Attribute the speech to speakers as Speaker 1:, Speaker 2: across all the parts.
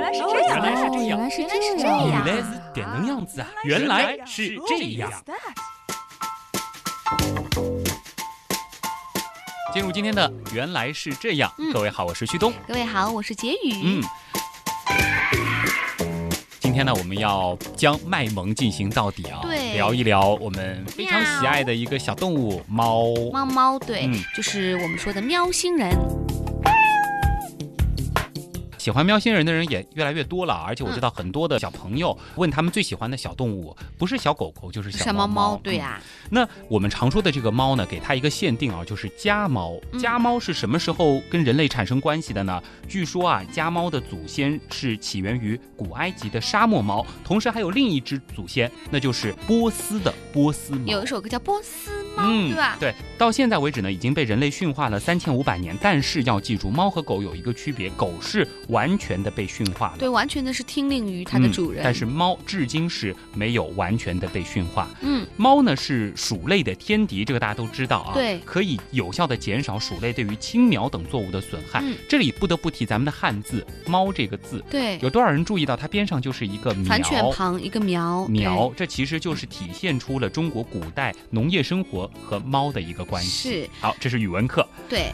Speaker 1: 来是
Speaker 2: 哦
Speaker 1: 这
Speaker 2: 原
Speaker 1: 样，
Speaker 2: 来是这样
Speaker 3: 原来是
Speaker 2: 原来是
Speaker 3: 这
Speaker 2: 这
Speaker 3: 样。
Speaker 2: 样
Speaker 4: 原来是这能样子啊！
Speaker 1: 原
Speaker 4: 原
Speaker 1: 来
Speaker 4: 来
Speaker 1: 是
Speaker 4: 是这样。进入今天的原来是这样，
Speaker 2: 嗯
Speaker 4: 各位好，我是旭东。
Speaker 2: 各位好，我是杰宇
Speaker 4: 嗯。，今天呢，我们要将卖萌进行到底啊，
Speaker 2: 对
Speaker 4: 聊一聊我们非常喜爱的一个小动物猫。
Speaker 2: 猫猫对
Speaker 4: 嗯，
Speaker 2: 就是我们说的喵星人。
Speaker 4: 喜欢喵星人的人也越来越多了，而且我知道很多的小朋友问他们最喜欢的小动物，不是小狗狗就是小
Speaker 2: 山猫
Speaker 4: 猫
Speaker 2: 猫，。对啊，
Speaker 4: 嗯那我们常说的这个猫呢，给它一个限定啊，就是家猫。
Speaker 2: 嗯
Speaker 4: 家猫是什么时候跟人类产生关系的呢？据说啊，家猫的祖先是起源于古埃及的沙漠猫，同时还有另一只祖先，那就是波斯的波斯猫。嗯
Speaker 2: 有一首歌叫《波斯猫》，对吧？
Speaker 4: 对，到现在为止呢，已经被人类驯化了三千五百年。但是要记住，猫和狗有一个区别，狗是完全的被驯化了，
Speaker 2: 对，完全的是听令于它的
Speaker 4: 嗯
Speaker 2: 主人。
Speaker 4: 但是，猫至今是没有完全的被驯化。
Speaker 2: 嗯，
Speaker 4: 猫呢是鼠类的天敌，这个大家都知道啊。
Speaker 2: 对
Speaker 4: 可以有效的减少鼠类对于青苗等作物的损害。
Speaker 2: 嗯
Speaker 4: 这里不得不提咱们的汉字“猫”这个字，
Speaker 2: 对，
Speaker 4: 有多少人注意到它边上就是一个苗？
Speaker 2: 反犬旁一个苗，对
Speaker 4: 苗，这其实就是体现出了中国古代农业生活和猫的一个关系。
Speaker 2: 是
Speaker 4: 好，这是语文课。
Speaker 2: 对，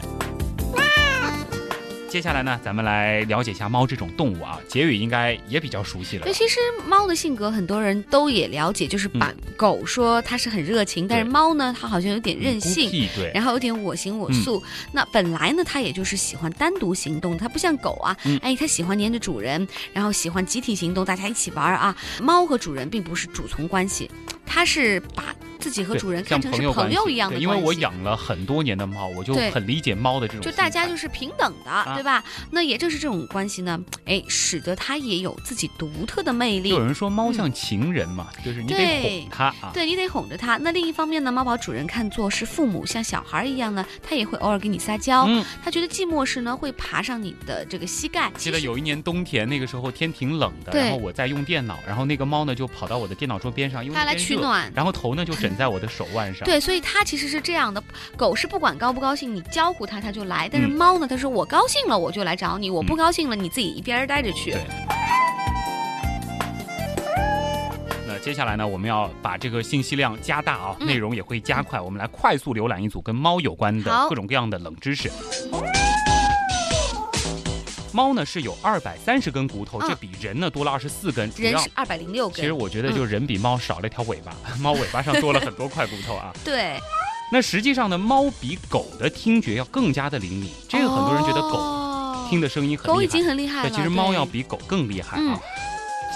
Speaker 4: 接下来呢，咱们来了解一下猫这种动物啊。结语应该也比较熟悉了吧
Speaker 2: 对，。其实猫的性格很多人都也了解，就是把狗说它是很热情，但
Speaker 4: 嗯
Speaker 2: 是
Speaker 4: 对
Speaker 2: 猫呢，它好像有点
Speaker 4: 嗯
Speaker 2: 任
Speaker 4: 孤
Speaker 2: 性。
Speaker 4: 僻对，嗯
Speaker 2: 然后有点我行我素。那本来呢，它也就是喜欢单独行动，它不像狗啊，
Speaker 4: 嗯
Speaker 2: 哎，它喜欢黏着主人，然后喜欢集体行动，大家一起玩儿啊。猫和主人并不是主从关系，它是把自己和
Speaker 4: 对
Speaker 2: 主人
Speaker 4: 像
Speaker 2: 看成是
Speaker 4: 关
Speaker 2: 朋友
Speaker 4: 系
Speaker 2: 一样的
Speaker 4: 对因为我
Speaker 2: 关系。
Speaker 4: 养了很多年的猫，我就
Speaker 2: 对
Speaker 4: 很理解猫的这种啊
Speaker 2: 就
Speaker 4: 心态。
Speaker 2: 大家就是平等的，对吧？那也正是这种关系呢，哎，使得它也有自己独特的魅力
Speaker 4: 就有。人说猫像情人嘛，就是你得
Speaker 2: 对
Speaker 4: 哄它啊。
Speaker 2: 对你得哄着它。那另一方面呢，猫把主人看作是父母，像小孩儿一样呢，它也会偶尔给你撒娇。
Speaker 4: 嗯，
Speaker 2: 它觉得寂寞时呢，会爬上你的这个膝盖。
Speaker 4: 记得
Speaker 2: 其实
Speaker 4: 有一年冬天，那个时候天挺冷的，
Speaker 2: 对
Speaker 4: 然后我在用电脑，然后那个猫呢就跑到我的电脑桌边上，因为
Speaker 2: 它来
Speaker 4: 那边
Speaker 2: 取
Speaker 4: 热，
Speaker 2: 暖。
Speaker 4: 然后头呢就枕在我的手腕上。
Speaker 2: 对，所以它其实是这样的，狗是不管高不高兴，你招呼它它就来，但是
Speaker 4: 嗯
Speaker 2: 猫呢，它说我高兴了我就来找你，我不
Speaker 4: 嗯
Speaker 2: 高兴了你自己一边儿待着去
Speaker 4: 对。那接下来呢，我们要把这个信息量加大啊，
Speaker 2: 嗯
Speaker 4: 内容也会加快。我们来快速浏览一组跟猫有关的
Speaker 2: 好
Speaker 4: 各种各样的冷知识。猫呢是有二百三十根骨头，
Speaker 2: 嗯
Speaker 4: 这比人呢多了二十四根。主
Speaker 2: 人
Speaker 4: 要
Speaker 2: 是二嗯百零六
Speaker 4: 其实
Speaker 2: 根，
Speaker 4: 我觉得就是人比猫少了一条尾巴，猫尾巴上多了很多块骨头啊。
Speaker 2: 对，
Speaker 4: 那实际上呢，猫比狗的听觉要更加的灵敏，这个很多人觉得狗
Speaker 2: 狗
Speaker 4: 听的声音很厉害，
Speaker 2: 哦狗已经很厉害了，
Speaker 4: 对，其实猫要
Speaker 2: 对
Speaker 4: 比狗更厉害啊。
Speaker 2: 嗯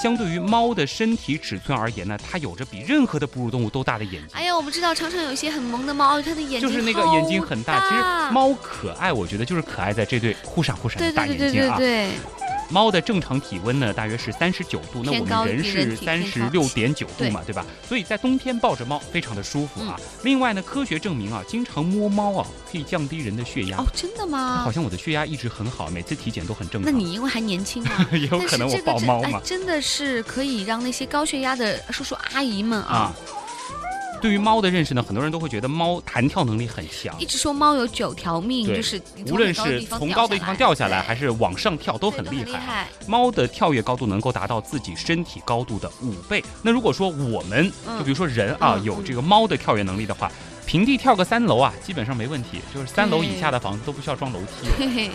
Speaker 4: 相对于猫的身体尺寸而言呢，它有着比任何的哺乳动物都大的眼睛，
Speaker 2: 哎呀，我们知道常常有一些很萌的猫，它的眼睛
Speaker 4: 就是那个
Speaker 2: 好
Speaker 4: 眼睛很大。
Speaker 2: 大
Speaker 4: 其实猫可爱，我觉得就是可爱在这对忽闪忽闪
Speaker 2: 对
Speaker 4: 的大
Speaker 2: 对
Speaker 4: 眼
Speaker 2: 对对
Speaker 4: 睛
Speaker 2: 对
Speaker 4: 啊。
Speaker 2: 对，
Speaker 4: 猫的正常体温呢，大约是三十九度，那
Speaker 2: 偏
Speaker 4: 我
Speaker 2: 高
Speaker 4: 们人
Speaker 2: 比
Speaker 4: 是
Speaker 2: 人体
Speaker 4: 三
Speaker 2: 偏
Speaker 4: 十
Speaker 2: 高
Speaker 4: 六点九度
Speaker 2: 对嗯
Speaker 4: 嘛，对吧？所以在冬天抱着猫非常的舒服啊。另外呢，科学证明啊，经常摸猫啊，可以降低人的血压。
Speaker 2: 哦，真的吗
Speaker 4: 好？像我啊的血压一直很好，每次体检都很正
Speaker 2: 那
Speaker 4: 常。
Speaker 2: 你因为还年轻啊嘛，
Speaker 4: 也有
Speaker 2: 但
Speaker 4: 可
Speaker 2: 是
Speaker 4: 能我
Speaker 2: 这个
Speaker 4: 抱
Speaker 2: 真
Speaker 4: 猫
Speaker 2: 哎
Speaker 4: 嘛，
Speaker 2: 真的是可以让那些高血压的叔叔阿姨们啊
Speaker 4: 啊，。对于猫的认识呢，很多人都会觉得猫弹跳能力很强
Speaker 2: 一，直说猫有九条命，
Speaker 4: 对
Speaker 2: 就是你
Speaker 4: 无
Speaker 2: 从
Speaker 4: 论是
Speaker 2: 很
Speaker 4: 从高的地方掉下来，还是往上跳，都
Speaker 2: 都
Speaker 4: 很厉
Speaker 2: 厉
Speaker 4: 害啊。。猫的跳跃高度能够达到自己身体高度的五倍。那如果说我们，
Speaker 2: 嗯
Speaker 4: 就比如说人啊，
Speaker 2: 嗯
Speaker 4: 有
Speaker 2: 嗯
Speaker 4: 这个猫的跳跃能力的话，平地跳个三楼啊，基本上没问题。就是三楼以
Speaker 2: 对
Speaker 4: 下的房子都不需要装楼梯了。
Speaker 2: 嘿嘿，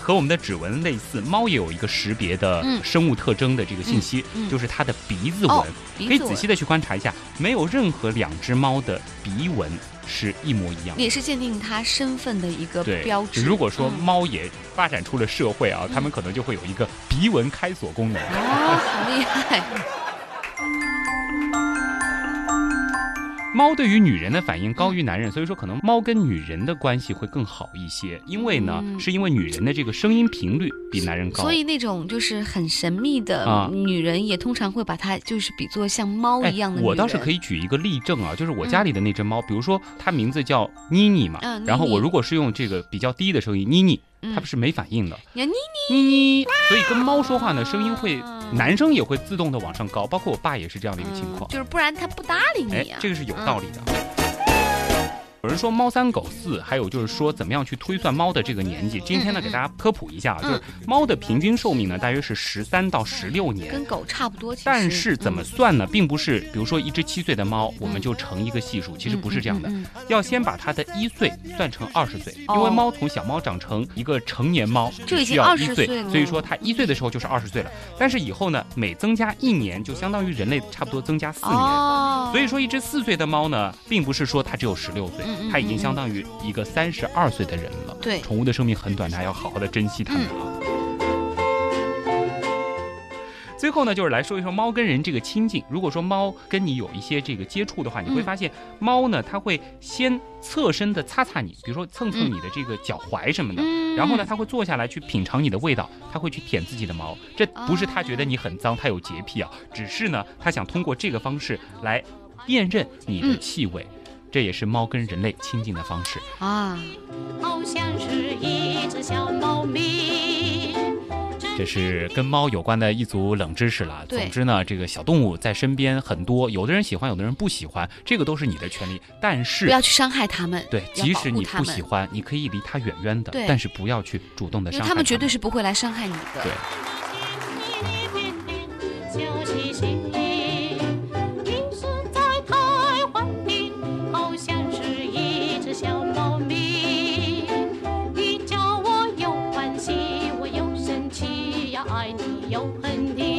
Speaker 4: 和我们的指纹类似，猫也有一个识别的
Speaker 2: 嗯
Speaker 4: 生物特征的这个信息，
Speaker 2: 嗯嗯
Speaker 4: 就是它的鼻子纹。
Speaker 2: 哦
Speaker 4: 可以
Speaker 2: 鼻子
Speaker 4: 仔细
Speaker 2: 纹
Speaker 4: 的去观察一下，没有任何两只猫的鼻纹是一模一样的。
Speaker 2: 也是鉴定它身份的一个
Speaker 4: 对
Speaker 2: 标，志。
Speaker 4: 如果说
Speaker 2: 嗯
Speaker 4: 猫也发展出了社会啊，它们可能就会有一个鼻纹开锁功能。
Speaker 2: 哦，好厉害，
Speaker 4: 猫对于女人的反应高于男人，所以说可能猫跟女人的关系会更好一些，因为呢，
Speaker 2: 嗯
Speaker 4: 是因为女人的这个声音频率比男 人高。
Speaker 2: 所以那种就是很神秘
Speaker 4: 啊
Speaker 2: 的女人，也通常会把它就是比作像猫
Speaker 4: 哎
Speaker 2: 一样的。
Speaker 4: 我倒是可
Speaker 2: 以，
Speaker 4: 以举一个例证啊，就是我家里的那只猫，比如说它名字叫妮妮嘛，
Speaker 2: 嗯妮
Speaker 4: 然后我
Speaker 2: 妮
Speaker 4: 如果是用这个比较低的声音，妮妮，它
Speaker 2: 嗯
Speaker 4: 不，是没反应的，
Speaker 2: 你看妮
Speaker 4: 妮妮，所以跟猫说话呢，声音会
Speaker 2: 啊
Speaker 4: 男生也会自动的往上高，包括我爸也是这样的一个情
Speaker 2: 嗯
Speaker 4: 况。
Speaker 2: 就是不然它不搭理
Speaker 4: 哎
Speaker 2: 你啊。，
Speaker 4: 这个是有道理的。有人说猫三狗四，还有就是说怎么样去推算猫的这个年纪。今天呢，
Speaker 2: 嗯嗯
Speaker 4: 给大家科普一下啊，
Speaker 2: 嗯
Speaker 4: 就是猫的平均寿命呢，大约是十三到十六年。
Speaker 2: 跟狗差不多。其实
Speaker 4: 但是怎么
Speaker 2: 嗯
Speaker 4: 算呢？并不是，比如说一只七岁的猫，我们就乘一个系数，其实不是这样的。
Speaker 2: 嗯嗯嗯
Speaker 4: 要先把它的一岁算成二十岁，
Speaker 2: 哦
Speaker 4: 因为猫从小猫长成一个成年猫
Speaker 2: 就已
Speaker 4: 需
Speaker 2: 经
Speaker 4: 要一
Speaker 2: 20
Speaker 4: 岁，
Speaker 2: 岁了哦
Speaker 4: 所以说它一岁的时候就是二十岁了。但是以后呢，每增加一年，就相当于人类差不多增加四年。
Speaker 2: 哦，
Speaker 4: 所以说，一只四岁的猫呢，并不是说它只有十六岁
Speaker 2: 嗯嗯，
Speaker 4: 它已经相当于一个三十二岁的人了。
Speaker 2: 对
Speaker 4: 宠物的生命很短，大家要好好的珍惜它们啊。
Speaker 2: 嗯
Speaker 4: 最后呢，就是来说一说猫跟人这个亲近。如果说猫跟你有一些这个接触的话，你会
Speaker 2: 嗯
Speaker 4: 发现猫呢，它会先侧身的擦擦你，比如说蹭蹭
Speaker 2: 嗯
Speaker 4: 你的这个脚踝什么的。
Speaker 2: 嗯
Speaker 4: 然后呢，它会坐下来去品尝你的味道，它会去舔自己的毛。这不是它觉得你很脏，它有洁癖啊，只是呢，它想通过这个方式来辨认你的
Speaker 2: 嗯
Speaker 4: 气味。这也是猫跟人类亲近的方式。
Speaker 2: 啊，
Speaker 1: 好像是一只小猫咪。
Speaker 4: 这是跟猫有关的一组冷知识了。
Speaker 2: 对
Speaker 4: 总之呢，这个小动物在身边很多，有的人喜欢，有的人不喜欢，这个都是你的权利。但
Speaker 2: 不
Speaker 4: 是
Speaker 2: 要去伤害它们，
Speaker 4: 对，
Speaker 2: 要
Speaker 4: 即
Speaker 2: 保
Speaker 4: 使
Speaker 2: 护
Speaker 4: 你
Speaker 2: 它
Speaker 4: 不
Speaker 2: 们
Speaker 4: 喜欢，你可以离它远远的
Speaker 2: 对，
Speaker 4: 但是不要去主动的
Speaker 2: 因
Speaker 4: 伤害
Speaker 2: 为它们绝
Speaker 4: 它
Speaker 2: 对是不会来伤害你的。
Speaker 4: 对
Speaker 1: 就起心灵，一直在徘徊，好像是一只小猫咪。你叫我又欢喜，我又生气呀，爱你又恨你。